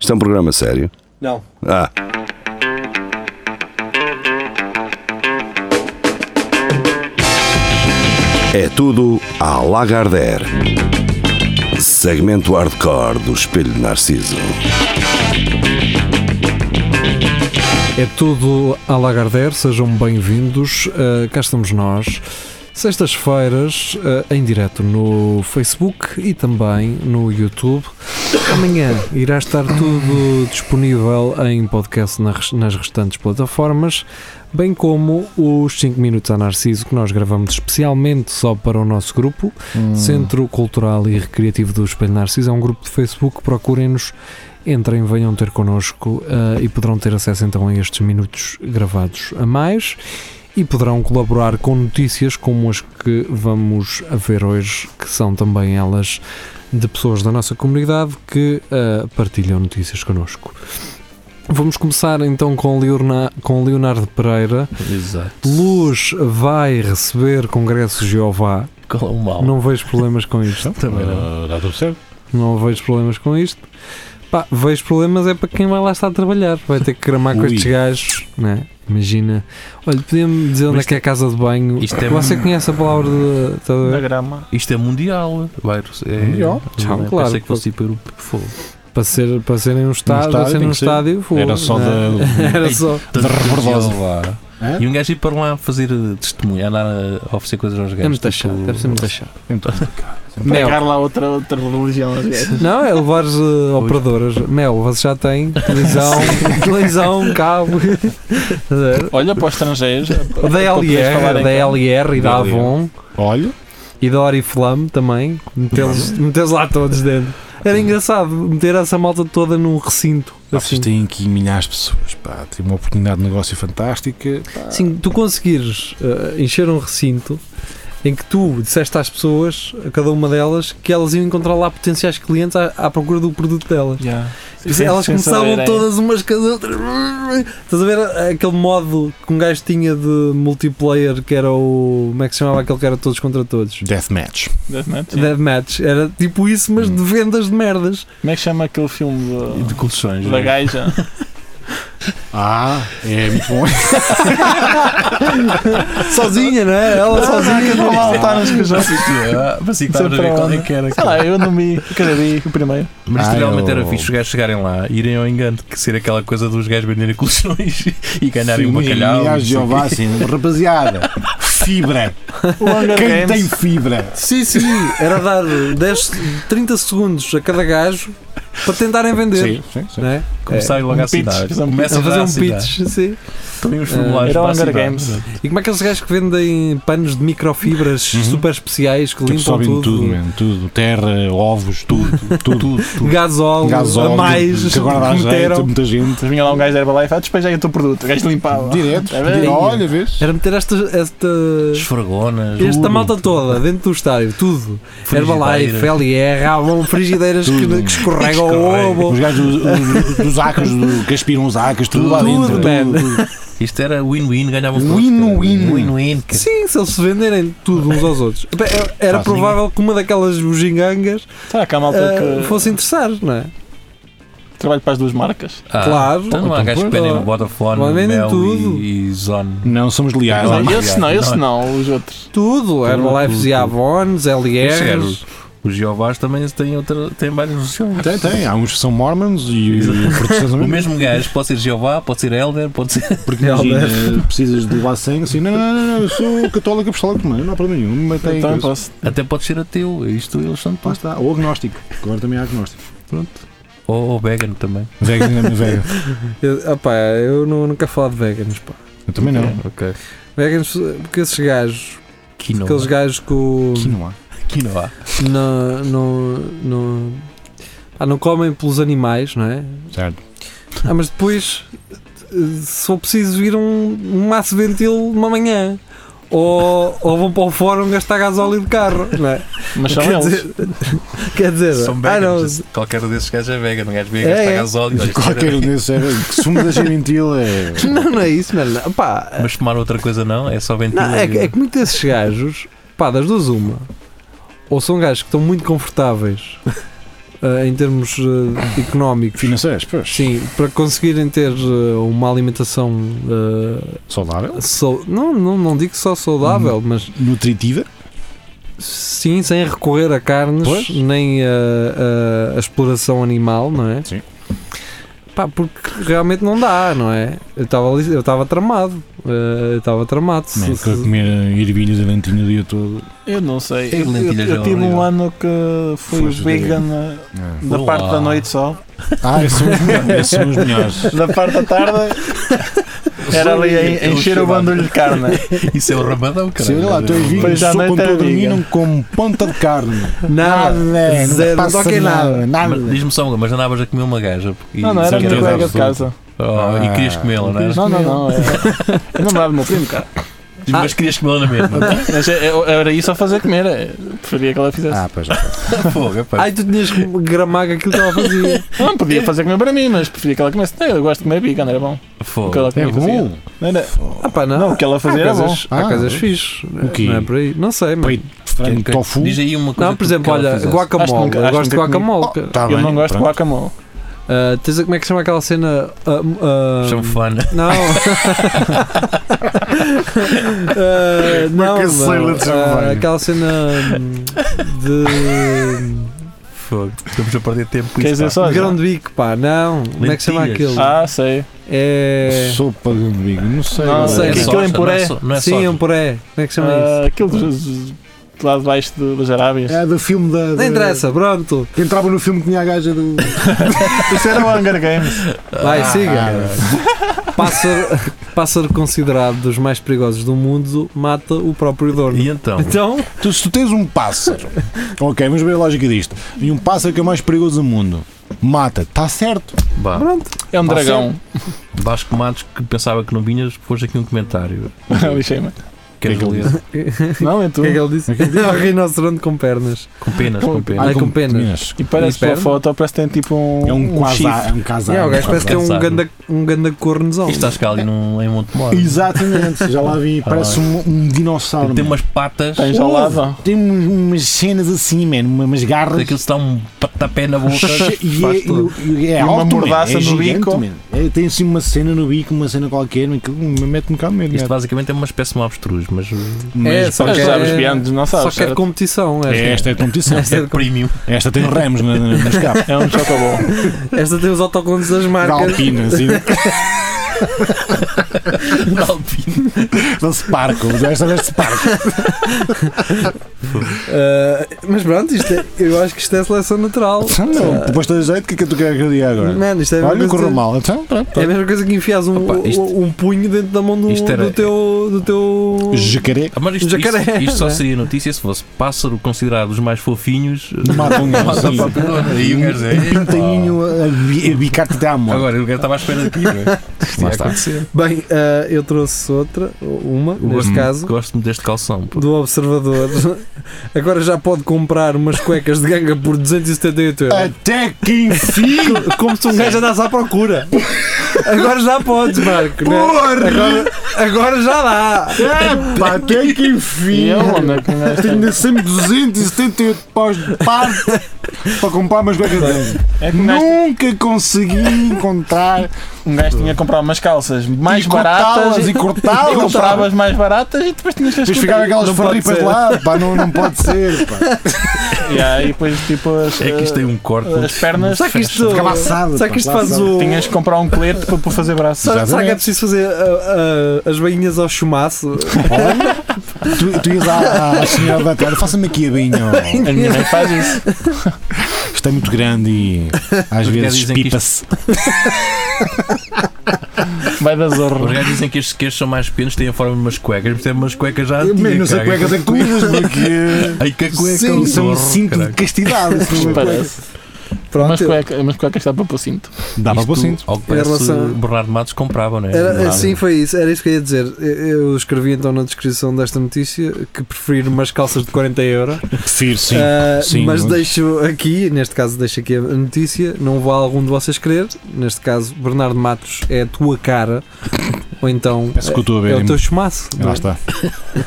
Isto é um programa sério. Não. Ah, é tudo à Lagardère. Segmento hardcore do Espelho de Narciso. É tudo a Lagardère, sejam bem-vindos. Uh, cá estamos nós, sextas-feiras, uh, em direto no Facebook e também no YouTube. Amanhã irá estar tudo disponível em podcast na res- nas restantes plataformas, bem como os 5 Minutos a Narciso, que nós gravamos especialmente só para o nosso grupo, Centro Cultural e Recreativo do Espelho Narciso. É um grupo de Facebook, procurem-nos entrem, venham ter connosco ah, e poderão ter acesso então a estes minutos gravados a mais e poderão colaborar com notícias como as que vamos a ver hoje, que são também elas de pessoas da nossa comunidade que ah, partilham notícias connosco. Vamos começar então com, Leorna, com Leonardo Pereira. Exato. Luz vai receber Congresso Jeová. Qual é o mal? Não vejo problemas com isto. Também não. Ah, Dá tudo certo. Não vejo problemas com isto. Pá, vejo problemas é para quem vai lá estar a trabalhar. Vai ter que cramar com Ui. estes gajos, né? Imagina. Olha, podíamos dizer onde é que é a casa de banho. isto é- Você conhece a palavra de. Tá a ver? grama. Isto é mundial. Vai, é, Mundial? Tchau, Não é? claro. Pensei que fosse tipo europeu. Fogo. Para ser, para ser em um estádio, estádio, para ser tem num que ser. estádio fogo, Era só né? da. Era só. Da rebordosa lá. E um gajo ir para lá fazer eh, testemunho, andar a oferecer coisas aos gajos. É muito tipo, chato, deve ser muito chato. Mel. Pegar lá outra, outra religião. às vezes. Não, é levares eh, operadoras. Mel, você já tem televisão, televisão, cabo. Tá Olha para os estrangeiros. O DLR, DLR e da DLR. Avon. Olha. E da Oriflame também. Metê-los metê-los lá todos dentro. Era engraçado meter essa malta toda num recinto. Pá, Assim. Vocês têm que milhares de pessoas, pá. Tem uma oportunidade de negócio fantástica. Sim, tu conseguires eh, encher um recinto em que tu disseste às pessoas, a cada uma delas, que elas iam encontrar lá potenciais clientes à, à procura do produto delas. é, elas começavam é. todas umas com as outras. Estás a ver eh, aquele modo que um gajo tinha de multiplayer que era o. Como é que se chamava aquele que era todos contra todos? Deathmatch. Como Deathmatch. Era tipo isso, mas Hum. de vendas de merdas. é que chama aquele filme De é? do- coleções. da gaja? Ah, é muito bom. Sozinha, não é? Ela sozinha. Não há altares que eu já assisti. é, ah, Mas sim, Não estavas a sei ver para qual é onde. que era. Sei lá, eu não vi. Eu quero ver o primeiro. Mas isto Ai, oh. realmente eu- era fixe os gajos chegarem lá e irem ao engano, que ser aquela coisa dos gajos venderem coleções e ganharem um bacalhau. não Milhares de sei o quê. Jeová, assim. Rapaziada, fibra. Hunger Quem tem Games. fibra? ah. Sim, sim. Era dar 10, 30 segundos a cada gajo para tentarem vender. Sim, sim, sim. não é? Começarem logo Um a assinar. pitch, fazer um A Começam fazer já um a assinar. pitch. Sim. Também uns formulários Era para o Hunger assinar. Games. E como é que aqueles gajos que vendem panos de microfibras super especiais que Uhum. Tipo, limpam sobem tudo? tudo, mesmo, tudo. Terra, ovos, tudo, tudo, tudo. Gasóleo, Gasóleo, a mais que agora dá que jeito, a meteram. muita gente. Mas vinha lá um gajo da Herbalife, ah, despejei o teu produto. O gajo limpava. Direto. Tá vendo? Olha, vês? É Era meter esta, esta, Esfragonas. esta tudo. malta toda dentro do estádio, tudo. Frigideiras. Herbalife, LR, há bom, frigideiras que, Tudo. que escorregam o Escorrega. ovo. Os gajos os- dos acres, do, que aspiram os acres, tudo, lá Tudo, dentro. man. Isto era win-win, ganhavam todos. Win-win. Win-win. cara. Sim, se eles se venderem tudo uns aos outros. Epá, era- Era Faz provável que uma daquelas bugigangas Será tá, que há malta ah, que fosse interessar, não é? trabalha para as duas marcas? Ah, Claro. Então não há gajos que Claro. pedem Vodafone, Mas vendem Mel tudo. e, e Zone. Não somos leais. Não, lá, esse obrigado. não, esse não, os outros. Tudo. Herbalife tudo, e tudo. Avons, LRs. Os Jeovás também têm, outra, têm várias noções. Tem, tem. Há uns que são mormons e protestantes O também. mesmo gajo pode ser Jeová, pode ser Elder, pode ser. Porque imagina, precisas de levar sangue assim. Não, não, não, não, eu sou católico apostólico, mas não há problema nenhum. Mas tem Então coisa. posso. Até pode ser ateu. É Isto eles são Lá todos. está. Ou agnóstico. Agora também há agnóstico. Ou, ou vegan também. Vegan é minha vega. Eu, opá, eu nu- nunca falo de veganos, pá. Eu também não. Ok. Veganos, porque esses gajos, Quinoa. aqueles gajos que o- Quinoa. Quinoa. não, não, não, ah, não comem pelos animais, não é? Certo. Ah, mas depois eh, só preciso ir um, um maço ventil uma manhã. Ou, ou vão para o fórum gastar gasóleo de carro, não é? Mas são Quer eles. dizer, quer dizer São ah, não, veganos. Qualquer um desses gajos é vegan. Um gajo vegan É, está é. gasóleo. olha, isto era Qualquer um desses era. Que sumo da gementil é. não, não é isso, mano. Pá, vegan. Mas tomar outra coisa não, é só ventilo. não, é, que- é que muitos desses gajos, pá, das duas uma, ou são gajos que estão muito confortáveis eh, em termos eh, económicos, Financeiros, pois. sim, para conseguirem ter eh, uma alimentação eh, Saudável. sau- não, não, não digo só saudável, mas Nutritiva. sim, sem recorrer a carnes Pois. nem a, a- a exploração animal, não é? Sim. Pá, porque realmente não dá, não é? Eu estava ali- eu estava tramado, eh, eu estava tramado. Se- Não é? se- Quero comer ervilhas e lentinha o dia todo. Eu não sei. Tem Eu, eu, lentilhas eu tive ao um nível. ano que fui Foste vegan na- É. da Olá. parte da noite só. Ah, esses são os melhores. esses são os melhores. Da parte da tarde era ali a encher o bandulho de carne. Isso é o ramadão, cara. Sim, olha lá, estou a vir, Pois mas à sou noite com era todo mim, vegan. não como ponta de carne. Nada, não zero, não passa toquei nada. Nada. Diz-me só uma coisa, mas andavas a comer uma gaja. porque- é Não, não, era a que tipo um minha certeza colega de absoluta. casa. Oh, Ah. E querias comê-la, não era? Não, não, não. é- Eu namorava do meu primo, cara. Diz-me, Mas querias comê-la na mesma. Mas é- eu- era isso a fazer comer. é. Preferia que ela fizesse. Ah, pois é. Fogo, pá. Ai, tu tinhas que gramar aquilo que ela fazia. Não, podia fazer comer para mim, mas preferia que ela comesse. Não, Eu gosto de comer vegan, era bom. O que Fogo. ela comia fazia. é bom. Não era- Ah, pá, não. Não, o que ela fazia há era bom. coisas, há Ah, coisas é. fixe. O quê? Não é por aí. Não sei, mas. Peito, frango, Ok. É tofu. Diz aí uma coisa. Não, por que- que exemplo, ela olha, fizesse. Acho que guacamole. nunca- Eu acho que gosto de nunca comi. guacamole. cara. Tá Eu não bem, gosto de pronto. guacamole. Ah, tens a, como é que se chama aquela cena? Ah, ah, Chama fana. não. Ah, não, canseira não. de Ah, champanhe. aquela cena hum, de, Fogo. Estamos a perder tempo com Quer isso. dizer pá. só- Ah, de grão de bico, pá, não. Como é que se chama Lentilhas. aquilo? Ah, sei. É. Sopa de umbigo, não sei. Não, agora. sei. É Aquilo soja, em não puré. é so- Não é Sim, é um soja. puré. Como é que se chama isso? Ah, Aquilo dos- do lado de baixo de- das Arábias. É do filme da. da- Não Eh, interessa, pronto. Que entrava no filme que tinha a gaja do. Isso era o Hunger Games. Vai, siga. Ah, Pássaro, pássaro considerado dos mais perigosos do mundo mata o próprio dono. E então? Então, tu, se tu tens um pássaro. ok, vamos ver a lógica disto. E um pássaro que é o mais perigoso do mundo. Mata, está certo. Vá. É um Passa. dragão. Vasco Matos, que pensava que não vinhas, pôs aqui um comentário. Lixei-me. Queres Que é que ele ler? Não, é tu. o que é que ele disse? É um rinoceronte com pernas. Com penas, com penas. Ah, com penas. E parece E pela perna? foto, parece que tem tipo um. É um chifre. casaco. É um casaco. é, o gajo parece que tem um pensar, ganda, um ganda cornozão. Isto estás cá ali num, em Montemor. Exatamente, já lá vi. Parece um, um dinossauro. Tem mano. umas patas, Tens ao lado. ó. Tem um- umas cenas assim, mano, uma- umas garras. daquilo se dá um patapé na boca. E faz é, tudo. e- e é E uma alto, mano, mordaça é no gigante, bico. mano. É, tem assim uma cena no bico, uma cena qualquer, mano, que me mete um bocado de medo. Isto mano. basicamente é uma espécie de um abstrus, mas uh, É, Mas só Mas que sabes, é, Bianos, não só sabes. que é de certo? competição. é, Esta, esta é a competição. esta, é é de com- premium. Esta tem remos na, na, no escape. É um chocobol. esta tem os autocolantes das Da marcas. Alpina, assim, Da Alpine. da Sparco. Esta é da Sparco. Ah, mas pronto, isto é- eu acho que isto é seleção natural. Não, depois estás a jeito, o que é que tu queres que eu diga agora? Mano, isto é a Olha, mesma correu coisa, mal. Então, pronto. é a mesma coisa que enfias um, Opa, isto- um punho dentro da mão do, Isto era- do teu. Do teu... Jacaré. Ah, Mas isto, Jacaré, isto- isto só né? seria notícia se fosse pássaro considerado os mais fofinhos. eh, Mata um gajo, Mata sim. o próprio dono. Aí o gajo é. Um pintainho a, bi- a bicar-te até à pá. morte. Agora o gajo estava à espera daqui, não é? Isto ia Lá está. acontecer. Bem, ah, eu trouxe outra, uma, Eu neste gosto- caso. Gosto-me deste calção. pô. do Observador. Agora já pode comprar umas cuecas de ganga por 278 euros. Até que enfim! Como se um gajo andasse à procura. Agora já podes, Marco. né? Porra! É, Agora, agora já dá. Epá, até que enfim! E eu, onde é que me Tenho ainda sempre 278 paus de parte para comprar umas cuecas de ganga. É que um gajo- Nunca consegui encontrar um gajo tinha que comprar umas calças mais e baratas cortá-las e cortá-las. e compravas mais baratas e depois tinhas que as Depois cortar. ficava aquelas Não pode farripas ser. lá, pá, não, não pode ser, pá. E aí depois tipo as, eh, É que isto tem um corte. as pernas Será que isto, Ficava assado, será que pá, isto lá faz assado. o. tinhas que comprar um colete para, para fazer braço. Será, será que é Exatamente. preciso fazer ah, ah, as bainhas ao chumaço? Tu, tu ias à, à senhora da terra, faça-me aqui a binha. A minha mãe faz isso. Isto é muito grande e às Porque vezes dizem que pipa-se. Vai da Os zorra. gajos dizem que estes queixos são mais pequenos, têm a forma de umas cuecas, mas têm umas cuecas já antigas. Mas não sei cara. cuecas é comidas, porque. Ai, que é cueca, Sim, o são um zorro, cinto de caraca. castidade. isso não é cueca. Parece. Mas Pronto, eu- cueca, mas cueca está para pôr cinto. Dá para Isto, pôr cinto. Ao que parece, relação- Bernardo Matos comprava, não é? Era, Claro. assim foi isso, era isso que eu ia dizer. Eu eu escrevi então na descrição desta notícia que preferir umas calças de 40 euros Prefiro, sim. Ah, sim, mas mas- deixo aqui, neste caso deixo aqui a notícia, não vou a algum de vocês querer, neste caso Bernardo Matos é a tua cara, ou então Peço que eu estou a é, ver. o teu chumaço. Lá está.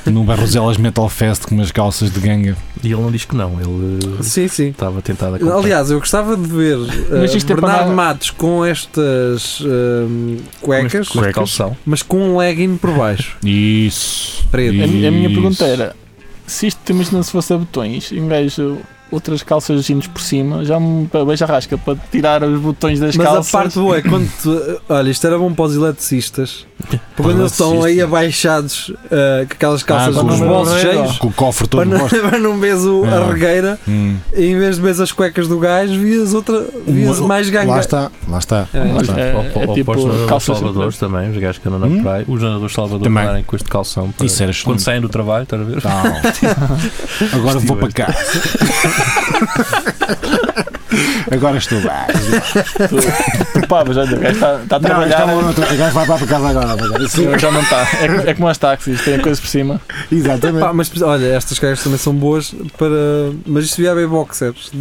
No Barroselas Metal Fest com umas calças de ganga. E ele não diz que não, ele eh, Sim, sim. estava tentado a comprar. Aliás, eu gostava de ver eh, Mas isto é para Bernardo nada- Matos com estas eh, Com este- cuecas, com este calção. mas com um legging por baixo, Isso. preto. E- A, mi- a minha Isso. pergunta era: se isto, imagina se fosse a botões, em vez de outras calças jeans por cima, já me beija rasca para tirar os botões das Mas calças. a parte boa é quando tu, olha, isto era bom para os eletricistas, porque quando eles estão aí abaixados ah, com aquelas calças Ah, com os para não bolsos morrer, cheios, Com o cofre para todo não, no rosto. para não vês o- a É. Ah. regueira, Hum. e em vez de vês as cuecas do gajo, vias outra, vias Uma- mais Lá ganga. está, lá está. É. lá está. É, Ou- ou- é ou tipo para os nadadores calças salvadores também, os gajos que andam na Hum? praia, os nadadores salvadores Também. andarem com este calção para- Isso era quando excelente. Tá. saem do trabalho, estás a ver? Tal. Agora vou para cá. Agora estou lá. Tu, tu pavas, olha, o gajo está, está a Não, trabalhar. então né? está bom, não, agora vai para casa agora. agora. Sim, já não está. É, é como as táxis, tem coisas por cima. Exatamente. Pá, mas olha, estas cuecas também são boas para. Mas isto devia haver boxers.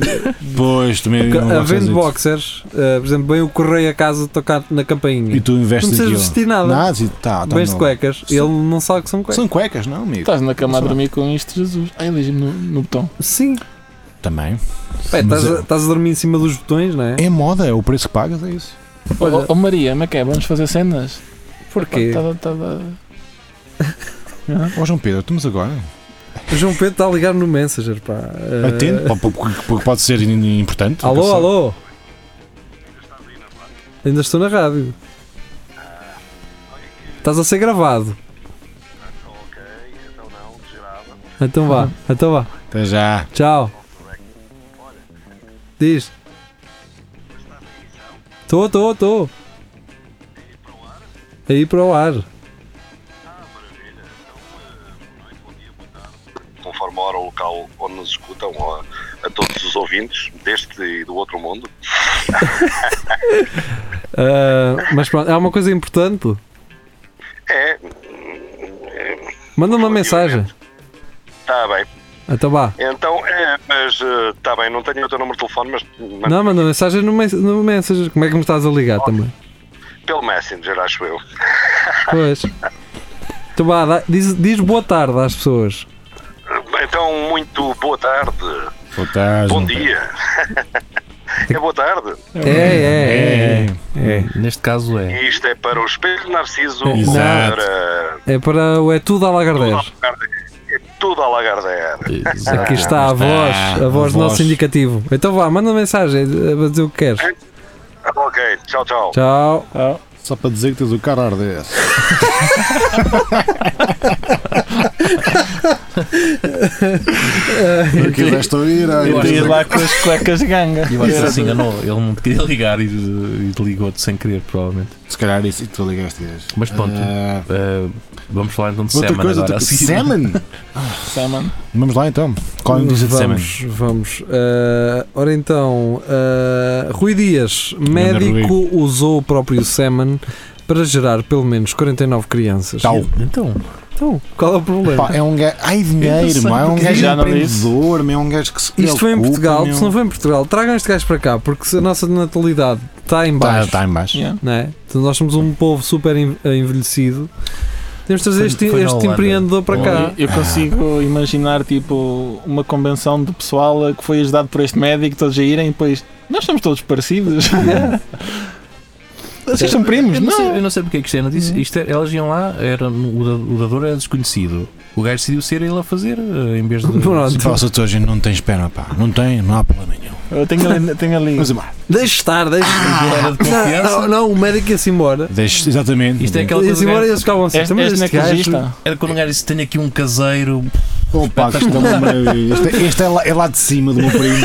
Pois, também Porque não gostas Havendo disso. boxers, ah, por exemplo, bem o correio a casa tocar na E campainha, tu não investes precisas aquilo. vestir nada. Nada, sim, tá, tá, Bens de não. cuecas, Sim. ele não sabe que são cuecas. São cuecas, não, amigo? Estás na cama a dormir com isto, Jesus. Ai, lixa-me no, no botão. Sim, Também. Tá. Pá, Mas estás é- a- estás a dormir em cima dos botões, não é? É moda, é o preço que pagas, é isso. Olha, oh, Maria, como é que é? Vamos fazer cenas? Porquê? Tá, tá, tá, Ah, Ó João Pedro, estamos agora. O João Pedro está a ligar no Messenger, pá. Eh, Atende, po- po- porque pode ser in- in- importante. Alô, Pensar. alô. Ainda estou na rádio. Estás a ser gravado. Então vá, então vá. Até já. Tchau. Diz. Tô, tô, tô. Aí para o ar. conforme a hora, o local onde nos escutam, a, a todos os ouvintes deste e do outro mundo. Ah, mas pronto, é uma coisa importante. É, Manda uma mensagem. está bem. Então vá. Então, é, mas está bem, não tenho o teu número de telefone, mas mas Não, manda mensagem no, mens- no Messenger. Como é que me estás a ligar também? pelo Messenger, acho eu. Pois. Então vá, dá- diz, diz boa tarde às pessoas. Então, muito boa tarde, Boa tarde, bom João Pedro. dia. é boa tarde. É, é, é. É, Neste caso é. E isto é para o Espelho Narciso, Exato. para É para o É Tudo a Lagardeiro. é tudo a Lagardère. Aqui está a voz, a a voz do voz. nosso indicativo. Então vá, manda mensagem eh, a dizer o que queres. Ok, tchau, tchau. Tchau. tá. só para dizer que tens o cara a arder. Não quiseste ouvir, ai, Eu Eu acho ia que- Tá lá com as cuecas ganga. assim E eu acho que ele assim? se enganou, ele não te queria ligar e, e ligou-te sem querer, provavelmente. Se calhar isso, e tu ligaste isso. Mas pronto. Ah, Eh, vamos falar então de outra Seman coisa, agora outra a seguir. Salmon? Salmon. Vamos lá então. Qual é a notícia de Salmon? vamos, vamos. Ah, ora então, ah, Rui Dias, médico, usou o próprio semen para gerar pelo menos 49 crianças. Tal. Então, Então, qual é o problema? Pá, é um gajo. Ai, Eu não dinheiro, sei meu, é um porque gajo já não disse. empreendedor, meu, é um gajo que se Isto foi em preocupa, Portugal, meu. se não foi em Portugal, tragam este gajo para cá, porque se a nossa natalidade está em Está baixo, tá em baixo. Yeah. não é? Então nós somos um povo super en- envelhecido, temos de trazer Foi- este, foi na este Holanda. empreendedor para cá. Eu eu consigo imaginar tipo uma convenção de pessoal eh, que foi ajudado por este médico, todos a irem e depois nós somos todos parecidos. Vocês são primos? eu não, Não. Sei, eu não sei porque é que isto é Hum. notícia. Isto é, elas iam lá, era, o, da- o dador era desconhecido. O gajo decidiu ser ele a fazer, eh, em vez de. Pronto, Pá, se tu hoje não tens perna, pá. Não tem, não há problema nenhum. Eu tenho ali. Tenho ali Mas, pá, deixa estar, deixa Ah, era de não, confiança. não, não, o médico ia-se embora. deixa, exatamente. Isto é aquela Ia-se coisa. do embora e gajo- eles ficavam assim. este, "Mas este não é este gajo- cagista. Era quando o gajo disse: Tenho aqui um caseiro. Opa, tá que isto é uma maravilha. Isto é, isto é lá, é lá de cima do meu primo.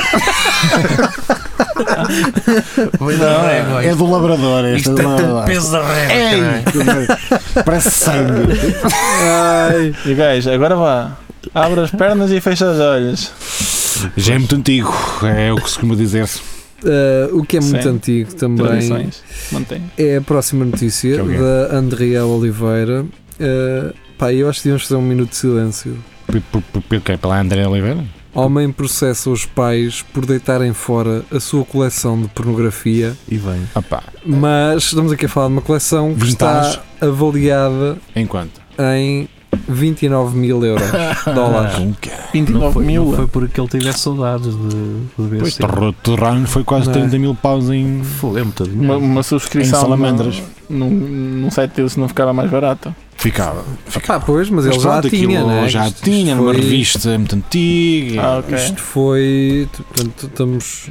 Não, é, agora. É do labrador. Este é Isto do tem tanto labrador. peso da régua. Ei! caralho. Parece sangue. Ai, E o gajo, agora vá. Abre as pernas e fecha os olhos. Já é muito antigo, é o que se costuma dizer. ah, o que é muito Sim. antigo também Tradições. Mantém. é a próxima notícia Que é o quê? da Andrea Oliveira. Eh, Ah, pá, eu acho que devíamos fazer um minuto de silêncio. P- p- p- p- quê? é Pela André Oliveira? Homem processa os pais por deitarem fora a sua coleção de pornografia, E vem. Ah pá, mas estamos aqui a falar de uma coleção que está Vintage. avaliada enquanto. em 29 mil euros. Dólares. Um cara. 29 Não foi, mil. não foi porque ele tivesse saudades de, de ver tipo Pois, ser. Torro- Torrano foi quase Não é? 30 mil paus em. Fodeu-me tadinho. Uma, uma subscrição Em salamandras. num, num site desse não ficava mais barata. Ficava. Ah, pois, mas, ele já a pronto, tinha, aquilo né? já Isto- tinha, isto numa foi- revista muito antiga. Ah, ok. Isto foi. Portanto, estamos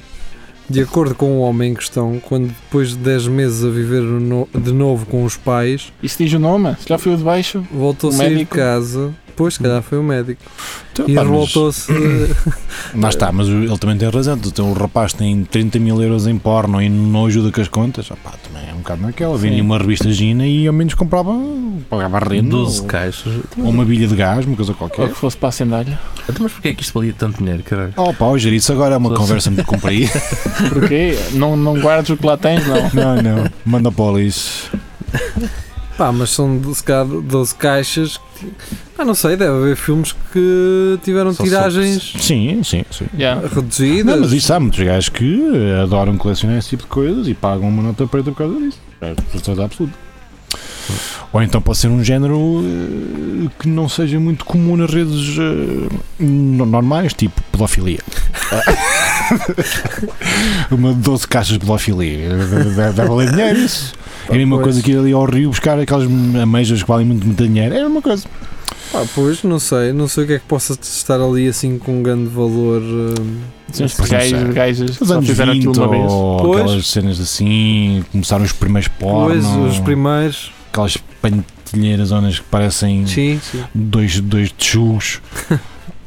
de acordo com o homem em questão, quando depois de 10 meses a viver no- de novo com os pais, Isto diz o nome? Se já foi o de baixo? voltou a O sair de médico? casa. Pois, se calhar foi o médico. Então, E pá, mas- voltou-se. Lá está, mas o- ele também tem razão. Então, o rapaz tem 30 mil euros em porno e não ajuda com as contas. Ah, pá, também é um bocado naquela. Vinha Sim. uma revista Gina e ao menos comprava, pagava renda 12 ou, caixas. ou uma bilha de gás, uma coisa Ou qualquer. que fosse para a sandália? Então, mas porquê é que isto valia tanto dinheiro, caralho? Oh pá, hoje isso agora é uma Doze. conversa muito comprida. Porquê? não, não guardas o que lá tens, não. não, não. Manda para o lixo. Pá, mas são de- se calhar 12 caixas. que- Ah, não sei, deve haver filmes que tiveram Só tiragens Sim, sim, sim. Yeah. reduzidas. Não, mas isto há muitos gajos que eh, adoram colecionar esse tipo de coisas e pagam uma nota preta por causa disso. É certeza absoluta. Ou então pode ser um género eh, que não seja muito comum nas redes eh, no- normais, tipo pedofilia. uma de 12 caixas de pedofilia. Deve deve valer dinheiro isso. É a mesma Pois. coisa que ir ali ao rio buscar aquelas ameijas que valem muito, muito dinheiro. É a mesma coisa. Pá, pois, não sei. Não sei o que é que possa estar ali assim com um grande valor. hum, São os Pois não sei. gajos, gajas que Os só anos fizeram 20 aquilo uma vez. ou Pois. aquelas cenas assim, começaram os primeiros pornos. Pois, os primeiros. aquelas pantilheiras zonas que parecem Sim, sim. dois, dois tchugos.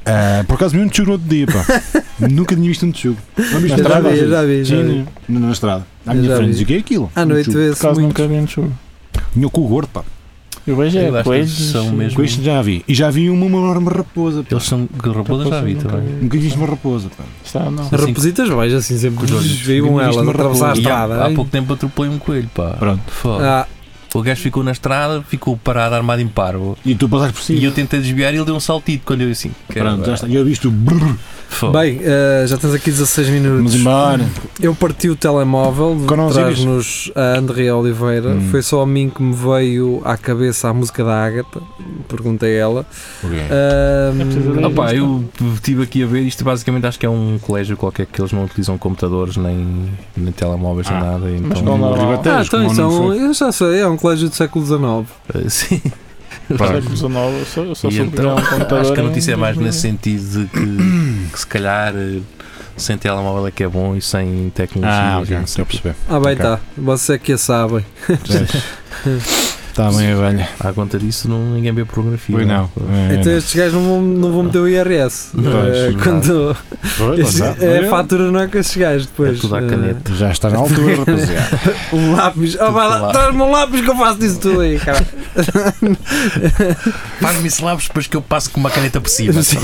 Ah, por acaso vi um tchugo no outro dia, pá. Nunca tinha visto um tchugo. Não Já Eu já viste na estrada? vi, eu já vi. Já Sim, vi. na, na estrada. À Eu minha já frente, vi. dizia, o que é aquilo? À noite Um tchugo. Por vê-se causa muito. nunca vi um jogo. Tinha o cu gordo, pá. Eu vejo Eu é acho que coisas. são mesmo- Com este já vi. E já vi uma enorme raposa, pá. Eles são de raposas já vi também. Então, Nunca viste uma raposa, pá. Está, não. Assim, Repositas vais assim sempre com os olhos. viam Vimos elas uma atravessar a raposa. estrada. Há hein? pouco tempo atropelei um coelho, pá. Pronto. Foda. Ah, O gajo ficou na estrada, ficou parado, armado em paro. E tu passaste por cima. E eu tentei desviar e ele deu um saltito quando eu assim. Pronto, é. já está. E eu visto o brrr. Foda. bem, ah, já tens aqui 16 Vamos minutos. embora. Eu parti o telemóvel, Com nós, traz-nos a André Oliveira. Hum. Foi só a mim que me veio à cabeça a música da Ágata. Perguntei a ela. Ok. Ahm, É preciso ler. Ah, pá, eu estive aqui a ver isto. Basicamente, acho que é um colégio qualquer que eles não utilizam computadores nem, nem telemóveis nem Ah, nada. e mas Então, não dá- Ribatejo, ah, então como isso é não um, foi. eu já sei, é um colégio do século XIX. eh, sim. Pá. Século XIX, eu só, eu só E soube criar então, um computador. acho que a em notícia é mais 2000. nesse sentido de que, que se calhar eh, sem telemóvel é que é bom e sem tecnologia. assim. Ah, ok. não Estou sei a o quê. perceber. Ah, bem, Ok. tá. Vocês é que a sabem. Está Tá bem a velha. À conta disso, não, ninguém vê pornografia. Pois não. É, Então estes gajos não vão, não vão meter o IRS. Não, Eh, não. quando Pois, lá está. é a fatura não é com estes gajos depois. É tudo à Eh, caneta. Já está na altura, rapaziada. O lápis. Oh, vai lá, lá. traz-me um lápis que eu faço disso tudo aí, cara. Pague-me esse lápis depois que eu passo com uma caneta por cima. Sim.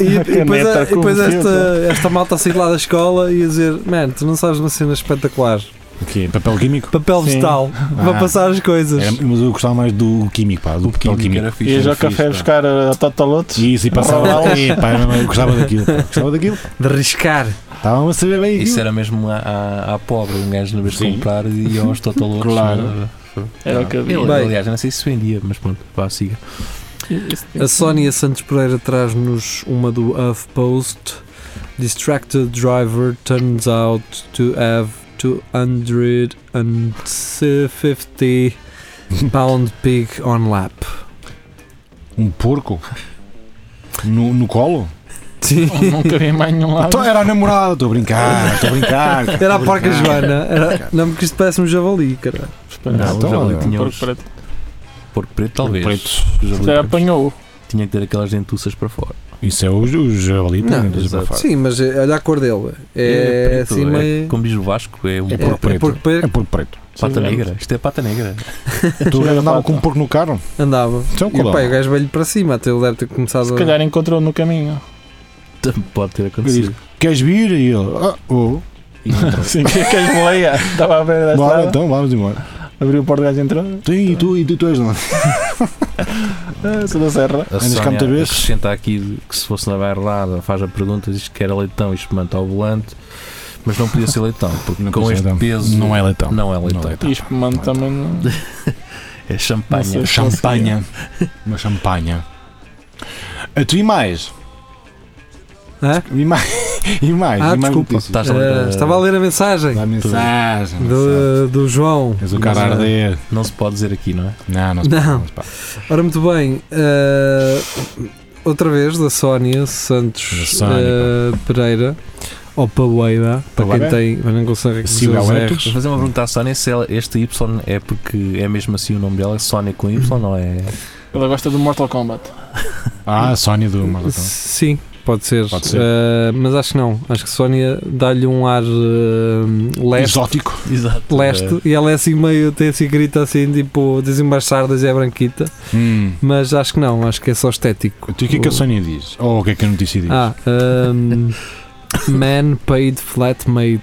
E, e Uma depois, caneta e depois com esta, filtro. esta malta a sair lá da escola e a dizer: Man, tu não sabes uma cena espetacular. O quê? Papel químico? Papel Sim. vegetal para Ah. passar as coisas. Era- mas eu gostava mais do químico, pá, do papel químico. era fixe. Ias ao Fixe, café pá. buscar a Totolotes. Isso, e passava ali, pá, eu gostava daquilo, pá, gostava daquilo. De riscar. Estavam a saber bem Isso aquilo. era mesmo à, à, à pobre, um gajo na vez de Sim. comprar e aos totalores. Claro. Era o que havia. Ele, Bem. aliás, não sei se vendia, mas pronto, vá, siga. Esse tipo. A Sónia Santos Pereira traz-nos uma do HuffPost. Distracted driver turns out to have 250 pound pig on lap. Um porco no, no colo? Sim. Ah, Não cabia mais nenhum lado. é- Então era a namorada, estou a brincar, estou a brincar. cara, Era a estou porca brincar. Joana. Era, não, porque isto parece um javali, cara. Não, Não, então, o javali olha, tinha porco os- preto. porco preto, talvez. Preto. O javali Se calhar apanhou. Tinha que ter aquelas dentuças para fora. Isso é os, os javali, Não, tem coisas para exato. fora. Sim, mas eh, olha a cor dele. É, preto, assim meio. Como diz o Vasco, é um É É, porco porco. é preto. porco preto. É porco preto. Pata negra, isto é pata negra. Tu andava com um porco no carro? Andava. Então E qual pá, o é? gajo velho para cima, até ele deve ter começado Se a- calhar encontrou no caminho. Então, Pode ter Eu disse, acontecido. Queres vir? E ele, ah, oh. E entrou. Sim, que é que as boleia. Estava a ver da Bora estrada. então, vamos embora. Abriu o porta gajo entrou. Sim, e tu, e tu, tu és de onde? Ah, sou da Serra. A Andas cá Sónia muita vez? acrescenta aqui que se fosse na bairrada faz a pergunta, diz que era leitão e espumante ao volante, mas não podia ser leitão, porque Não com podia este ser leitão. peso Não é leitão. Não é leitão. Não é E espumante também não. É Não sei. champanhe. Champanha. Uma champanha. A tu e mais. Hã? E mais. E mais. Ah, e mais desculpa. notícias. Estás a ler Eh, a- estava a ler a mensagem Dá mensagem. mensagem. do, do João. És o cara a arder. Não se pode dizer aqui, não é? Não, não. Não. não. Ora, muito bem. eh, outra vez da Sónia Da Santos Sónia, eh, Pereira. Ou Paueira, para quem Paueira? tem, mas não consegue reconhecer Silva é os Alberto. erros. Vou fazer uma pergunta à Sónia se ela, este Y é porque é mesmo assim o nome dela, é Sónia com Y, não é? Ela gosta do Mortal Kombat. Ah, a Sónia do Maratão. Sim, pode ser. Pode ser. Eh, mas acho que não. Acho que Sónia dá-lhe um ar eh, leste, Exótico. Exato. leste e ela é assim meio, tem assim grita assim, tipo, dizem umas sardas e é branquita. Hum. Mas acho que não, acho que é só estético. Tu, o que é que a Sónia diz? Ou o que é que a notícia diz? Ah, um, man paid flatmate.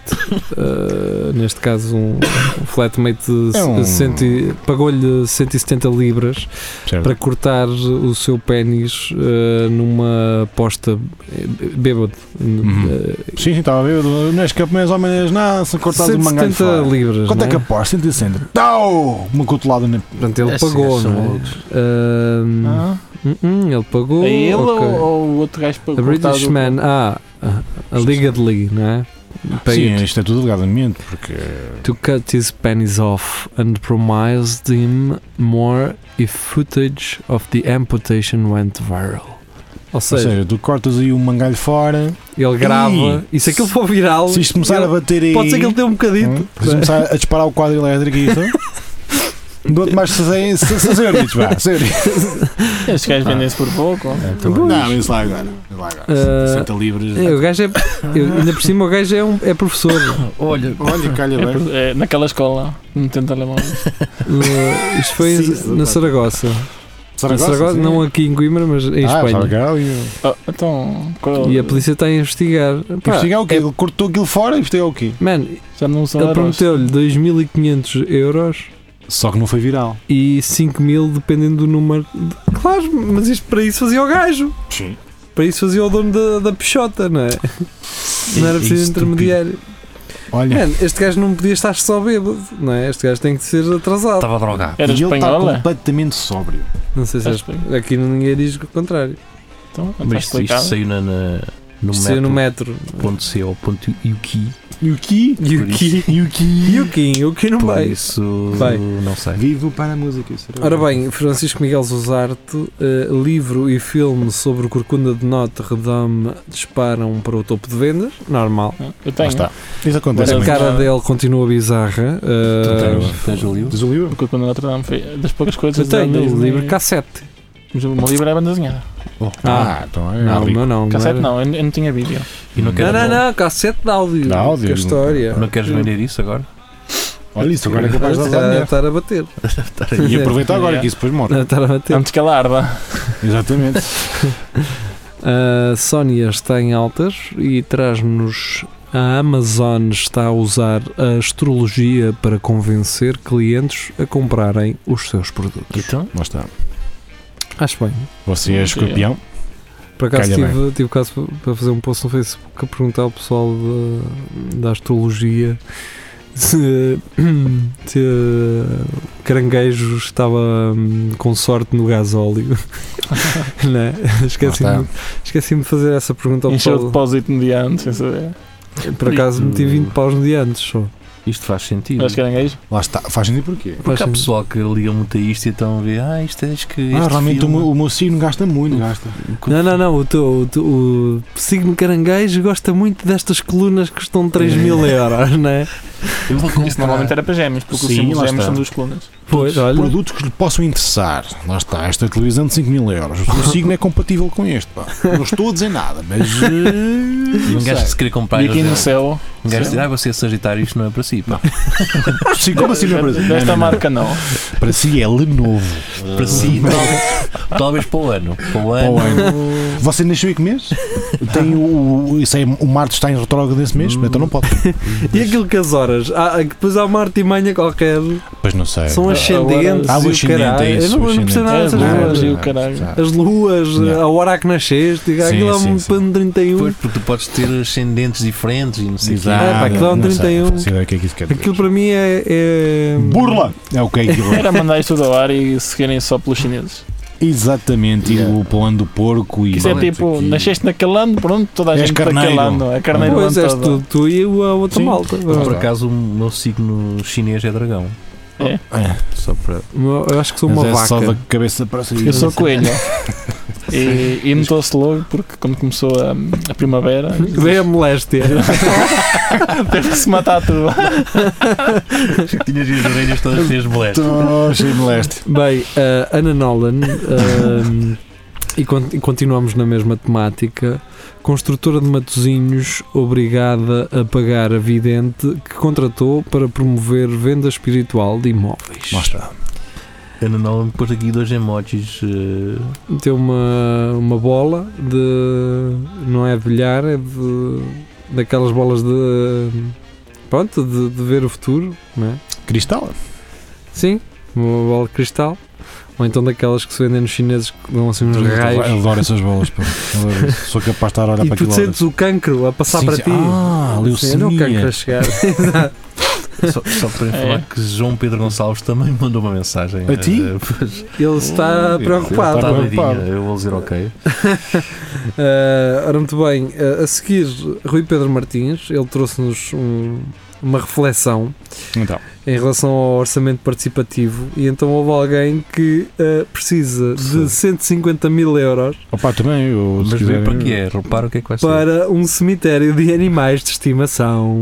uh, neste caso, um, um flatmate de É um- cento e- pagou-lhe 170 libras certo. para cortar o seu pênis uh, numa aposta eh, bêbado. Uhum. Uh, Sim, sim, estava a ver. Não és capaz, mas homens, não, são cortados de mangá. 170 libras. Quanto é não que aposta? 160. Tau! Uma cutulada na. Portanto, ele É, sim, pagou, são não é? loucos. Um, Ah. hum, hum, ele pagou. É ele ok. ou, ou o outro gajo para A cortar British do- Man. Ah, a- a Liga de Lee, não é? Sim, é. Paid. isto é tudo alegadamente, porque. to cut his pennies off and promised him more if footage of the amputation went viral. Ou Ou seja, seja, tu cortas aí um mangalho fora. ele grava e se aquilo for viral, Se isto começar ele- a bater aí. pode ser que ele dê um bocadito. Hum? Se começar a disparar o quadro elétrico e isso. Dou-te mais 6 euros, vá. 6 euros. Estes gajos vendem-se por pouco. É. Não, isso lá agora. isso lá agora. Ah, 60 libras. É, o gajo é, eu- ainda por cima, o gajo é, um, é professor. Olha, então. Olha, calha É bem. por- É, naquela escola, não tem telemóvel. Uh, isto foi Sim, na exato. Saragossa. Na Saragossa, Saragossa, sim. não aqui em Coimbra, mas em é Ah, Espanha. Sargalho. Ah, então, qual- E a polícia está a investigar. Pá, Investigar Tipo, o quê? é é- Ele cortou aquilo fora e investigou o quê? Man, já não são ele heróis. prometeu-lhe 2.500 euros Só que não foi viral. e 5 mil dependendo do número. de- Claro, mas isto para isso fazia o gajo. Sim. Para isso fazia o dono da, da peixota, não é? Não é era preciso estúpido. intermediário. Olha. Mano, este gajo não podia estar só bêbado, não é? Este gajo tem que ser atrasado. estava a drogar. Era e ele tá está espanhola? completamente sóbrio. Não sei se Era és... espanhola. Aqui ninguém diz o contrário. Então, está Mas isto, isto explicado. saiu na, na, no Isto saiu no metro. metro.co.uk. E o quê? Yuki. E o quê? Yuki, Yuki não Por vai. isso, Vai. não sei. Vivo para a música. isso era Ora bom. bem, Francisco Miguel Zuzarte, eh, livro e filme sobre o Corcunda de Notre Dame disparam para o topo de vendas, normal. Ah, Eu Lá tenho. né? está. Isso acontece A Parece muito. cara que- dele continua bizarra. eh, Tens- um Tens o livro? Diz o livro? Porque quando Notre Dame foi das poucas eu coisas tenho da o né? Disney- um livro cassete. Mas o meu livro era banda desenhada. Ah, então é. Não, o rico. meu não. Cassete era- não, eu eu não tinha vídeo. E não, Não, quero- não, não, cassete de áudio. De áudio. Que a história. não queres vender isso agora? Olha isso, agora é capaz de dar Deve dinheiro. estar a bater. E aproveita agora É. que isso depois morre. Deve estar a bater. Antes que ela arda. Exatamente. A Sónia está em altas e traz-nos. A Amazon está a usar a astrologia para convencer clientes a comprarem os seus produtos. Então, Lá está. Acho bem. Você é escorpião. Por acaso Calha tive, tive caso pa- para fazer um post no Facebook a perguntar ao pessoal da- da astrologia se, se eh, caranguejo estava hum, com sorte no gasóleo. Não é? assim, Esqueci-me esqueci de fazer essa pergunta ao Encheu o pessoal. depósito no dia antes, sem saber. Por acaso meti 20 paus no dia antes só. isto faz sentido. Mas caranguejo? Lá está. Faz sentido porquê? Porque há assim. pessoal que liga muito a isto e então vê, ah, isto é que. Ah, este realmente o filme- meu, o meu signo gasta muito. Gasta. Não, não, não, o, teu, o, teu- o signo caranguejo gosta muito destas colunas que custam 3 mil euros, não é? Eu vou comprar. Isso normalmente era para gêmeos, porque Ah. Sim, os símbolos lá gêmeos está. são duas colunas. Pois, olha. Produtos que lhe possam interessar. Lá está. Esta televisão de 5 mil euros. O signo é compatível com este. pá. Não estou a dizer nada, mas. eh, Um não gajo que se sei. querer comprar. E aqui no Um céu, gajo diz, ah, você é Sagitário, isto não é para si. Pá. Sim, como assim não é para si? desta Não, não, marca não. não. Para si é Lenovo. Para si, talvez, talvez para o ano. Para o Para ano. o ano. Você nasceu em que mês? Tem o, o- isso aí, o Marte está em retrógrado nesse mês? Então não pode. E aquilo que as horas? Há- depois há uma artimanha qualquer. Pois não sei. São agora- ascendentes. Há e o o ascendente, caralho. é isso, Eu não, o não percebo nada ascendente. dessas É, coisas. e o caralho. As luas, Yeah. a hora a que nasceste, Sim, aquilo é sim, um sim. pano 31. Pois, porque tu podes ter ascendentes diferentes e não sei o quê. Exato. É, pá, aquilo é um Não sei, 31. não faço ideia o que é que isso quer dizer. Aquilo para mim é. é- Burla! É o que é aquilo. é. Era mandar isto ao ar e seguirem só pelos chineses. Exatamente, e o plano do porco e. Isso é tipo, aqui. nasceste naquele ano, pronto, toda a És gente para aquele carneiro. ano. É carneiro Pois ano és todo. tu, tu e a outra Sim. malta. Por acaso o meu signo chinês é dragão. É, Só para. Eu acho que sou mas uma é só da vaca. cabeça para cima. Eu sou é. coelho. E, e notou-se logo porque quando começou a, a primavera Vê É a moléstia. teve que se matar tudo. Tinhas as orelhas todas três molestas. Estou cheio de leste. Bem, eh, Ana Nolan, eh, e, con- e continuamos na mesma temática. Construtora de Matozinhos obrigada a pagar a vidente que contratou para promover venda espiritual de imóveis. Mostra. Ana Nolan pôs aqui dois emojis. eh, Tem uma, uma bola de. não é de bilhar, é de. daquelas bolas de. pronto, de, de ver o futuro, não é? Cristal? Sim, uma bola de cristal. Ou então daquelas que se vendem nos chineses que dão assim uns tá raios. Adoro essas bolas. pá. Adoro isso. Sou capaz de estar a olhar E para tu aquilo. sentes o cancro a passar Sim, para sim. ti. Ah, Sim, Era o cancro a leucemia. chegar. Só, só para É. falar que João Pedro Gonçalves também mandou uma mensagem. A ti? eh, pois, Ele está ele preocupado. está Está doidinho, preocupado. Eu vou dizer ok. Ah, ora, muito bem. Ah, a seguir, Rui Pedro Martins, ele trouxe-nos um- uma reflexão Então, em relação ao orçamento participativo. E então houve alguém que ah, precisa de 150 mil euros opa, também. Eu, se Mas vê quiserem- para que é, repara o que é que vai ser. para um cemitério de animais de estimação.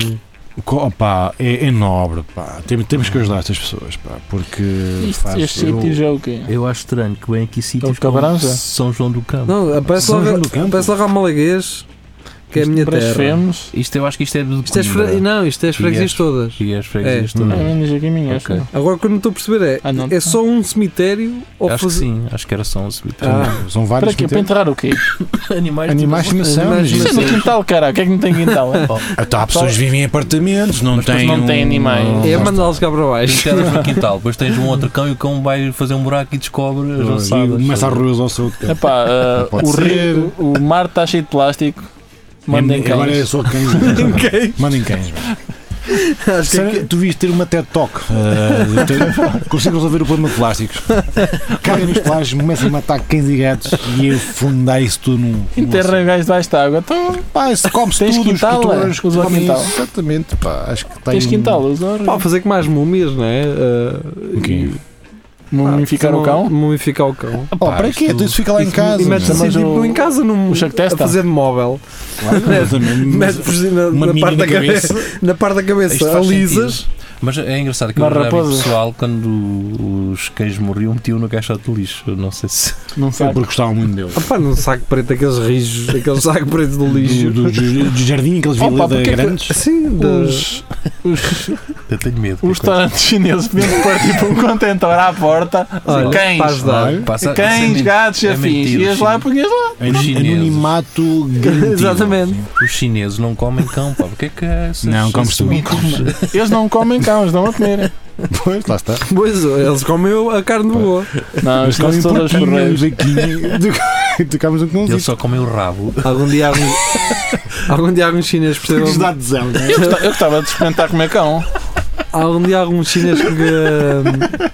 Co- Opa, é, é nobre. Pá. Tem- Temos que ajudar estas pessoas. Pá, porque. Isto, faz- este eu- sítio já é o quê? Eu acho estranho que bem aqui sítios o Cabranza? como São João do Campo. Não, aparece São logo, João do Campo? aparece logo a Malaguês, que é a minha terra. Blasfemos. Isto eu acho que isto é do Isto é as Coimbra. fre- Não, isto é as E freguesias as- todas. E as freguesias É. É também. menos aqui minha, acho. Ok. não. Agora o que eu não estou a perceber é, Ah, não. é só um cemitério ou Acho que fazer. sim, acho que era só um cemitério. Ah, São Para quê? vários. que Para têm- enterrar o quê? Animais, Animais de estimação. Animais de Isto é imagina. no quintal, caralho. O que é que não tem quintal? é? Ah, tá, Há pessoas que vivem em apartamentos, não depois têm. não têm um- animais. é não- mandá-los cá para Tens baixo. pedras no quintal, depois tens um outro cão e o cão vai fazer um buraco e descobre as E lançadas. começa a ruas ao seu Epá, ah, Pode o, ser. rio, o mar está cheio de plástico. Mandem cá. Agora é só cães. Ok. Mandem cães. velho. Acho que Sério, aqui- Tu viste ter uma TED Talk. eh, ter- consigo resolver o problema de plásticos. Caga nos plásticos, começam a matar cães e gatos e eu fundar isso tudo num. num Enterra o gajo debaixo da água. Então, oceano. Pá, se come-se Tens tudo, os quintal, cotoras é? Usa o comem quintal. isso. Exatamente, pá, acho que tem. um- tens quintal, os Pá, fazer com mais múmias, não é? Ah, O quê? Mumificar mo- o cão. Mumificar o cão. Pá, para quê? Então isso fica lá em casa. E metes assim, meu. Mas tipo, o- em casa, num, o Chuck a Testa? fazer de móvel. Claro, mas também- mas- Metes por cima na, uma na mina parte na da cabeça. Na parte da Isto cabeça, faz alisas. Mas é engraçado que Uma eu já vi raposa. pessoal quando os cães morriam metiam no caixote de lixo. Não sei se. Não Foi sei. porque gostava muito dele. Ah, pá, num saco preto, aqueles rijos, aquele saco preto do lixo. Do, do, do jardim, aqueles Opa, vilas porque é que- grandes. Sim, dos. Os, os, Eu tenho medo. é os restaurantes chineses podiam pôr tipo um contentor à porta. Assim, Olha, faz cães. dar. Vai. Passa- Cães, sem- gatos, é afins. mentira, Ias lá, punhas lá. Ano- chineses. Anonimato garantido. Exatamente. Os chineses não comem cão, pá. Porque é que é essas- Não, comes esses tu. mitos? Eles não comem cão, eles dão a comer. Pois, lá está. Pois, eles comem a carne de boa. Não, eles comem todas as correias. Tocámos um Eles cãozinho. só comem o rabo. Algum dia algum, algum dia algum chinês percebeu. Lhes dá desão. né? Eu gostava- eu gostava de experimentar comer cão. Algum dia algum chinês que, hum,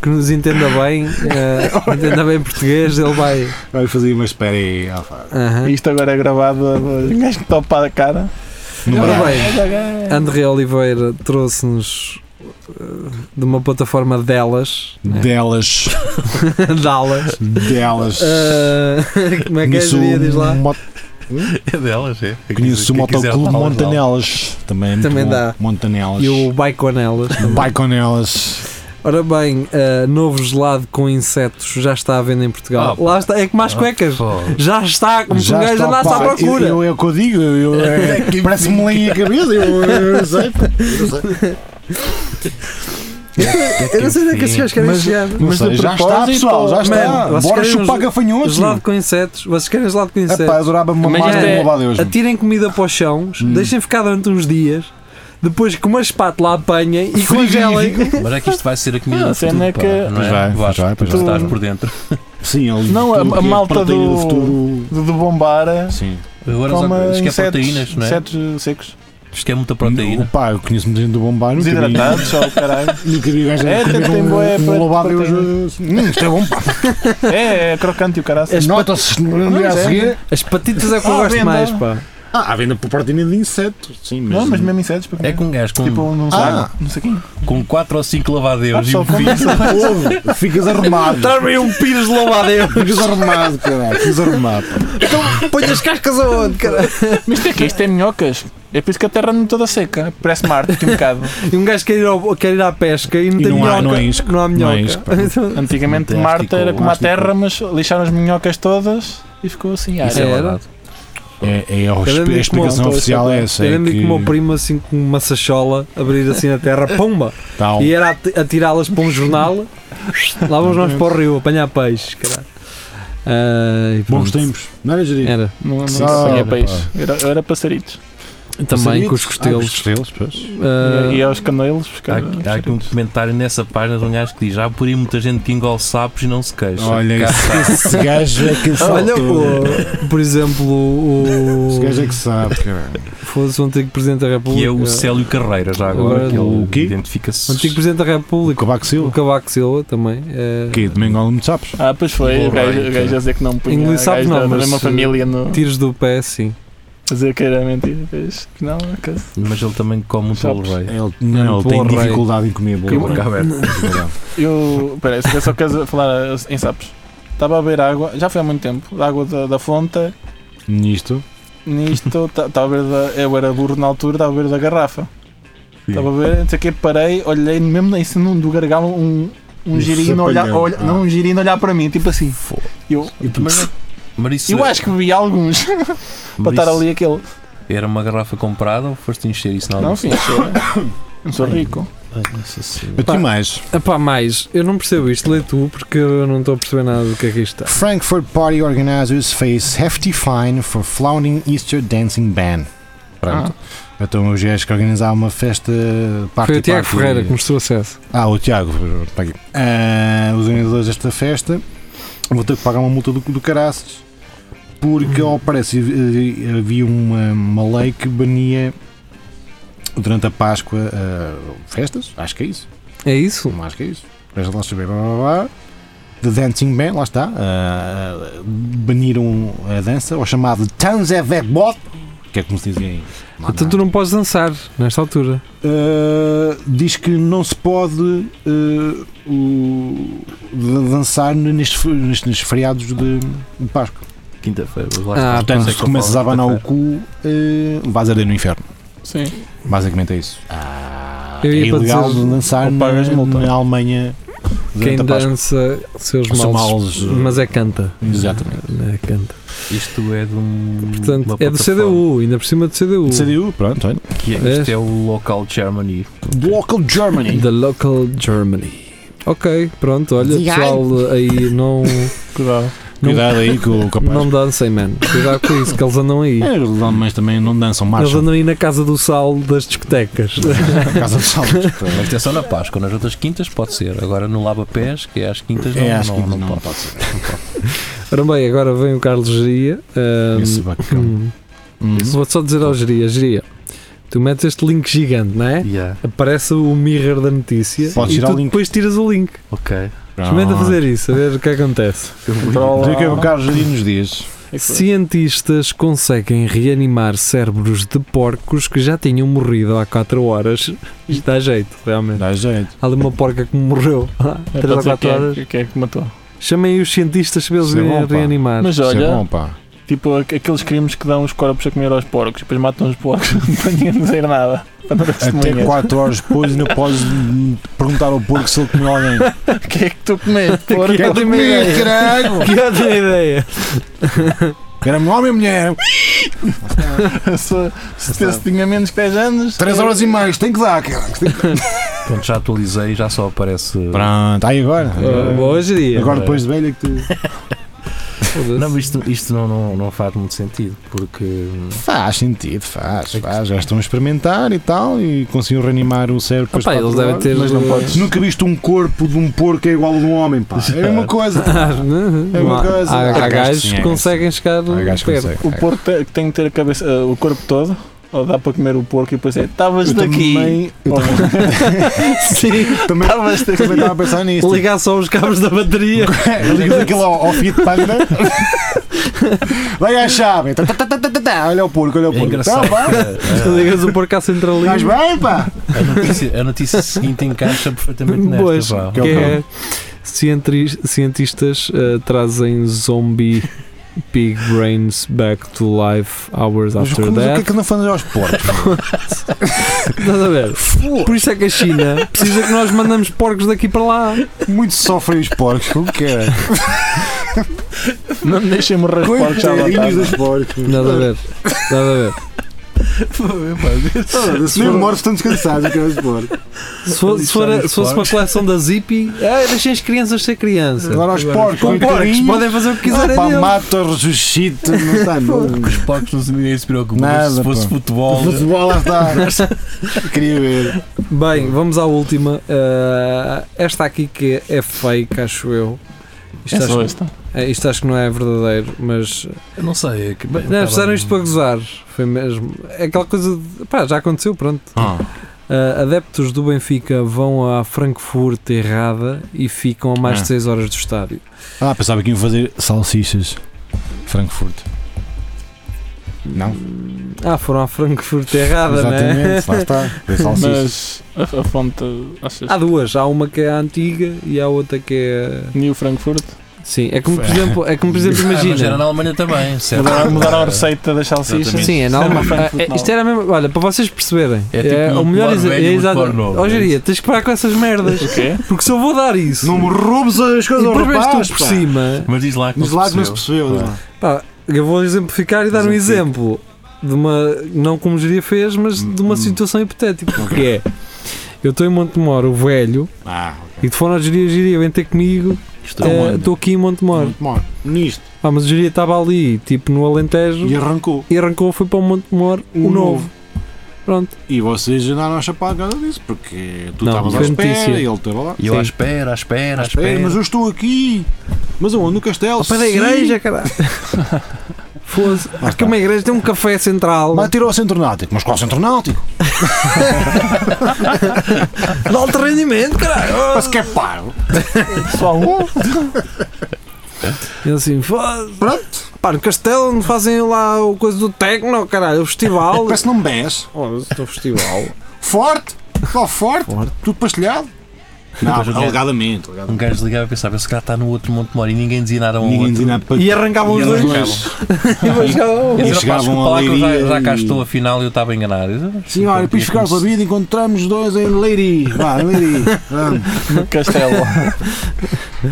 que nos entenda bem, eh, entenda bem português, ele vai. Vai fazer uma espera aí, Alfa. Aham. Isto agora é gravado. Um gajo que topa a cara. Ora bem, André Oliveira trouxe-nos eh, de uma plataforma delas, Delas, Dallas. delas. Eh, como é que é Conheço a diz lá? um mo- É delas, é. Conheço o um motoclube Montanelas. Também é muito Também bom. dá. Montanelas. E o Baiconelas. Baiconelas. Ora bem, eh, novo gelado com insetos já está à venda em Portugal. Ah, Lá está, é que mais cuecas. Já está, como se um gajo está, andasse pá, à procura. Eu, eu, é o que eu digo. eu- eu- é- Parece-me leem a cabeça. Eu, eu, eu sei. pá. Eu sei. Eu não sei onde é que esses gajos querem Mas- chegar. Não Mas sei, de já está, propósito, pessoal, já está. mano, vocês Bora querem chupar os- gafanhotos. Gelado com insetos. Vocês querem gelado com insetos? Epá, Hum. adorava uma Mas mais isto de é- uma hoje. Atirem comida para os chãos, deixem ficar durante uns dias, depois com uma espátula apanhem e congelem. Mas é que isto vai ser a comida Não, do a cena futuro, é pá, que- não Pois é? vai, pois Vasco, vai, pois tu vai. estás por dentro. Sim, ali Não, a- tudo a que é malta proteína do- futuro. De, de bombara. Sim. Agora Come só, isto que é insetos, proteínas, não é? insetos Tipo secos. Isto que é muita proteína. Pá, eu conheço muita gente do bombar, nunca vi, Desidratados, só o caralho. nunca vi gajo É, a comer tem um, bué um para- louvado e para- hoje. Hum, isto é bom, pá. É, é crocante e o caralho. Nota-se no dia a mas é. seguir. As patitas é o que eu Ah, gosto venda. mais, pá. Ah, à venda por proteína de insetos. Sim, mas. Não, mas mesmo insetos para É comer. com um gajo com, Tipo, não sei, Ah. não sei quem. com 4 ou 5 Ah, lavadeiros e só um come vinho. insetos. Ouve, ficas Ah, arrumado. tá Dar-me um pires de louvadeiro. Ficas arrumado, caralho. Ficas arrumado. Põe as cascas aonde, cara. Mas isto é que isto é minhocas. É por isso que a terra não é toda seca. Parece Marte, aqui um bocado. E um gajo quer ir, ao- quer ir à pesca e não E tem não há- minhoca. não é isco. Não há Não é minhoca. isco, pá. Então, Antigamente Fantástico, Marte era como a fantástico. terra, mas lixaram as minhocas todas e ficou assim. Ah, Isso é Era. verdade. É, é a, eu lembro-me a explicação como- oficial é essa. Eu É lembro-me que o meu que primo, assim, com uma sachola, abrir assim a terra, pomba! tal, E era a- a tirá-las para um jornal. Lá vamos nós para o rio apanhar peixes, caralho. Ah, e bons pronto. tempos. Não era gerido. Era. não não Sim, sabia pá. peixe. Era, eu era passaritos. Também com os Ah, costelos. costelos, pois. Ah, E, e aos canelos. Há, buscar aqui- há aqui um comentário nessa página de um gajo que diz: há por aí muita gente que engole sapos e não se queixa. Olha, Cá está. esse, esse gajo é que sabe. Olha, o- por exemplo, o. Esse gajo é que sabe, caralho. Fosse o antigo Presidente da República. que é o Célio Carreira, já Agora, agora. que o quê? ele identifica-se. O antigo Presidente da O República. Cabaco O Silva. Cavaco Silva também. é, Que também engole muitos sapos. Ah, pois foi. O gajo Borraita. o gajo a dizer que não punha. Inglês o sabe gajo não, da- da mas mesma se- família no. Tiros do pé, sim. Dizer que era mentira. pois, Que não, é que Mas ele também come muito Sapos. oleiro. Ele, não, ele tem Porra, dificuldade em comer Com a bolo. boca aberta. Eu. Peraí, eu só quero falar em sapos. Estava a beber água, já foi há muito tempo, da água da, da fonte. Nisto. Nisto, ta- estava a beber da. Eu era burro na altura, estava a beber da garrafa. Estava a beber, não sei o que, parei, olhei mesmo isso num do gargalo, um, um Um girino a olhar, sapalhão. olha- Ah. não, um girino a olhar para mim, tipo assim. Eu, Mas, mas isso, eu acho que vi alguns para mas estar isso ali aquele. Era uma garrafa comprada ou foste encher isso na Não, alma? enfim, sou- não sou rico. Ai, nossa senhora. Eu tinha mais. Epá, mais, eu não percebo isto, lê tu, porque eu não estou a perceber nada do que é que isto está. Frankfurt party organizers face hefty fine for flaunting Easter dancing ban. Pronto. Ah, Então os gajos que organizaram uma festa party Foi o Tiago party. Ferreira Tipo, ah, que mostrou acesso. Ah, o Tiago, está aqui. Ah, os organizadores desta festa vão ter que pagar uma multa do, do caraças porque ao parece eh, havia uma, uma lei que bania durante a Páscoa ah, festas, acho que é isso. É isso? Não acho que é isso. Mas lá saber, blá, blá, blá. The Dancing Band, lá está. ah, baniram a dança, ou chamado Towns Bot, que é como se dizia aí. Não há Então tu nada. não podes dançar nesta altura. Ah, diz que não se pode ah, o- de- dançar nestes, fe- nestes, nestes feriados de, de Páscoa. Quinta-feira. Ah, Portanto, se começas a abanar o o cu, ah, vais arder no inferno. Sim. Basicamente é isso. Eu é ia para ilegal dizer- dançar ou pagas na, multa. na Alemanha durante Quem a Páscoa. dança seus Os males, males, eh, mas é canta. Exatamente. É canta. Isto é de um. Portanto, uma é do plataforma. CDU, ainda por cima do CDU. CDU, pronto, olha. Que é, isto é o Local Germany. Local Germany. The Local Germany. Ok, pronto, olha, pessoal, aí não, Cuidado. Cuidado aí com o não capaz. dancem, mano. Cuidado com isso, que eles andam aí. É, os alemães também não dançam Eles marcha andam aí na casa do sal das discotecas. na casa de saltos. Mas atenção é na Páscoa, nas outras quintas pode ser. Agora no Lava Pés, que é às quintas, não, É, acho não, que não, não, não pode. pode ser. Ora bem, agora vem o Carlos Geria. ahm, Esse bacana. hum, Hum. vou só dizer ao Geria, Geria, tu metes este link gigante, não é? Yeah, Aparece o mirror da notícia Podes e tirar tu o link. Ah. depois tiras o link. ok. Experimenta fazer isso, a ver o que acontece. Vamos ver o que é que o Controla. Carlos Jardim nos diz. Cientistas conseguem reanimar cérebros de porcos que já tinham morrido há 4 horas. Isto dá jeito, realmente. Dá jeito. Há ali uma porca que morreu há É 3 para ou dizer 4 quem é- horas. quem é que matou? Chamem aí os cientistas para eles Isso é virem bom, pá. reanimar. Mas Isso é olha, bom, pá. tipo aqu- aqueles crimes que dão os corpos a comer aos porcos e depois matam os porcos para ninguém dizer nada. Para não dar Até testemunhas. 4 horas depois ainda podes hum, perguntar ao porco se ele comeu alguém. O que é que tu comeste? Porco? Que ótima ideia. caralho! Que ótima ideia! Era homem ou mulher? se se, se tinha menos que 10 anos. 3 horas e mais, tem que dar, cara. Pronto, já atualizei, já só aparece. Pronto, aí agora. Ah, bom, é hoje dia. Agora depois de velha que tu. Não, mas isto, isto não, não, não faz muito sentido, porque hum, Faz sentido, faz, faz. Já estão a experimentar e tal e conseguiram reanimar o cérebro. depois Opa, de eles quatro devem ter. horas. eh, Nunca viste um corpo de um porco é igual a de um homem, pá. É uma coisa. não, É uma não há- coisa. Há, há Há gajos que gajos sim, que há conseguem chegar Ah, gajo perto. consegue. O porco te- tem que ter a cabeça, ah, o corpo todo. Ou dá para comer o porco e depois é, estavas Eu daqui. também- eu Sim, Também também estava a pensar nisto. ligar só os cabos da bateria. Ligas aquilo ao, ao Fiat Panda. né? Vai à chave. Tá, tá, tá, tá, tá, tá. Olha o porco, olha o é porco. engraçado. Tá, pá. que, Ligas o porco à centralina. Estás bem, pá? a, a notícia, a notícia seguinte encaixa perfeitamente nesta. Pois, pá. que é cientri- cientistas eh, trazem zombie pig brains back to life hours Mas after como- o que é death. que não fazem aos porcos? Estás a ver? Por isso é que a China precisa que nós mandamos porcos daqui para lá. Muito sofrem os porcos. Como que é? Não me deixem morrer os porcos à Coitadinhos vontade. dos porcos. Estás a ver? Estás a ver? Nem mortos estão descansados, eu quero é os porcos. Se, for- se for a- se fosse uma coleção da Zippy, ah, deixem as crianças ser crianças. Agora aos porcos, Com um porcos, coitadinhos. podem fazer o que quiserem. Pá, deles. mata, ressuscita, não está Os porcos não se- ninguém se preocupa. Nada, se fosse pá. futebol, Futebol lá está. Queria ver. Bem, vamos à última. Ah, esta aqui que é fake, acho eu. Isto, É acho, só esta. é, isto acho que não é verdadeiro, mas. eu não sei. é que- bem, Não, tá fizeram bem. isto para gozar. Foi mesmo. É aquela coisa. De, pá, já aconteceu, pronto. Ah, adeptos do Benfica vão à Frankfurt errada e ficam a mais Ah. de 6 horas do estádio. Ah, pensava que iam fazer salsichas. Frankfurt. Não? Ah, foram à Frankfurt errada, né? Exatamente, lá está. Salsichas. Mas a, a fonte, achas? Há duas, há uma que é a antiga e há outra que é. New Frankfurt. Sim, é como por exemplo, é como, por exemplo Ah, mas era imagina. na Alemanha também, certo? Mudaram, mudaram a receita das salsichas. Exatamente. Sim, é na Era Alemanha. Frankfurt, Ah, é- não. Isto era mesmo. Olha, para vocês perceberem. É tipo o um melhor porno exa- velho e é um exato. porno novo, Hoje em é dia, tens que parar com essas merdas. O quê? Porque se eu vou dar isso. Não me roubes as e coisas ao depois vês rapaz, tu por pá. cima. Mas diz lá que Mas não lá que não se percebeu. percebeu. diz lá. Pá, eu vou exemplificar e dar um exemplo de uma, não como geria fez, mas de uma situação hipotética. Que é: eu estou em Montemor, o velho, Ah, e de fora a geria, geria, vem ter comigo, Isto é um eh, ano. estou aqui em Montemor. Montemor. Nisto. Ah, mas o geria estava ali, tipo no Alentejo, E arrancou. e arrancou, foi para o Montemor, o O novo. Pronto, E vocês andaram a chapar a casa disso, porque tu Não, estavas à foi espera notícia. e ele estava lá. E eu Sim. à espera, à espera, à Espera, espera. mas eu estou aqui. Mas aonde? No castelo? ao pé da Sim. igreja, caralho. Foda-se. Acho que é uma igreja tem um café central. Vai tirar ao centro náutico. Mas qual centro náutico? de alto rendimento, caralho. Parece que é pago. Só um? E assim, foda-se. Pá, no Castelo, onde fazem lá o coisa do Tecno, caralho, o festival. Parece que não me bés. Foda-se, no festival. Forte. Só forte. Tudo pastelhado. Não, é Mas o gajo- alegadamente. Um alegadamente. gajo desligava e pensava, esse cara está no outro Monte Moro e ninguém dizia nada a um Ninguém outro. dizia nada para- E arrancavam os E dois. dois. E depois chegava- E E rapaz, chegavam desculpa lá a que eu já, Leiria já cá e- estou, afinal eu estava enganado. Eu, Senhora, e depois ficares a vida encontramos os dois em Leiria. Vá, em Leiria. Vamos. No castelo.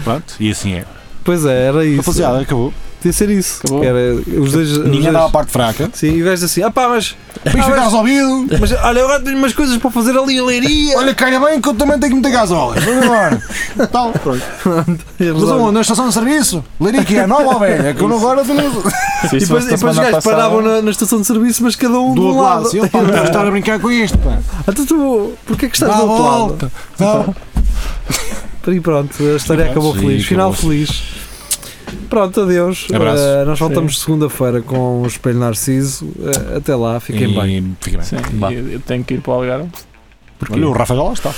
Pronto, e assim é. Pois é, era isso. Rapaziada, acabou. Podia ser isso. Acabou. Era os dois. os Ninguém dois- dava a parte fraca. Sim, e vejo assim, ah pá, mas, Depois ficar resolvido. mas olha, agora tenho umas coisas para fazer ali em Leiria. Olha, calha bem que eu também tenho que meter gasola. Vamos embora. Tal, pronto. Mas aonde? Na estação de serviço? Leiria que é nova ou velha? Que eu não agora tenho. Se E isso depois, fosse da e depois os semana gajos passada- paravam na, na estação de serviço, mas cada um Do de um outro lado. lado. Se ele pá, não deve estar a brincar com isto, pá. Então tu, porquê que estás Dá do a outro lado? volta. Dá- E pronto, a história pronto. acabou Sim, feliz. Final acabou. feliz. Pronto, adeus. Abraço. Eh, nós voltamos segunda-feira com o Espelho Narciso. Eh, até lá, fiquem E- bem. Fiquem bem. Sim, Bah. eu- eu tenho que ir para o Algarve. Olha, o Rafa já lá está.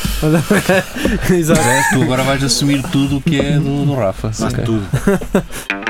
Exato. tu agora vais assumir tudo o que é do, do Rafa. ok? Tudo.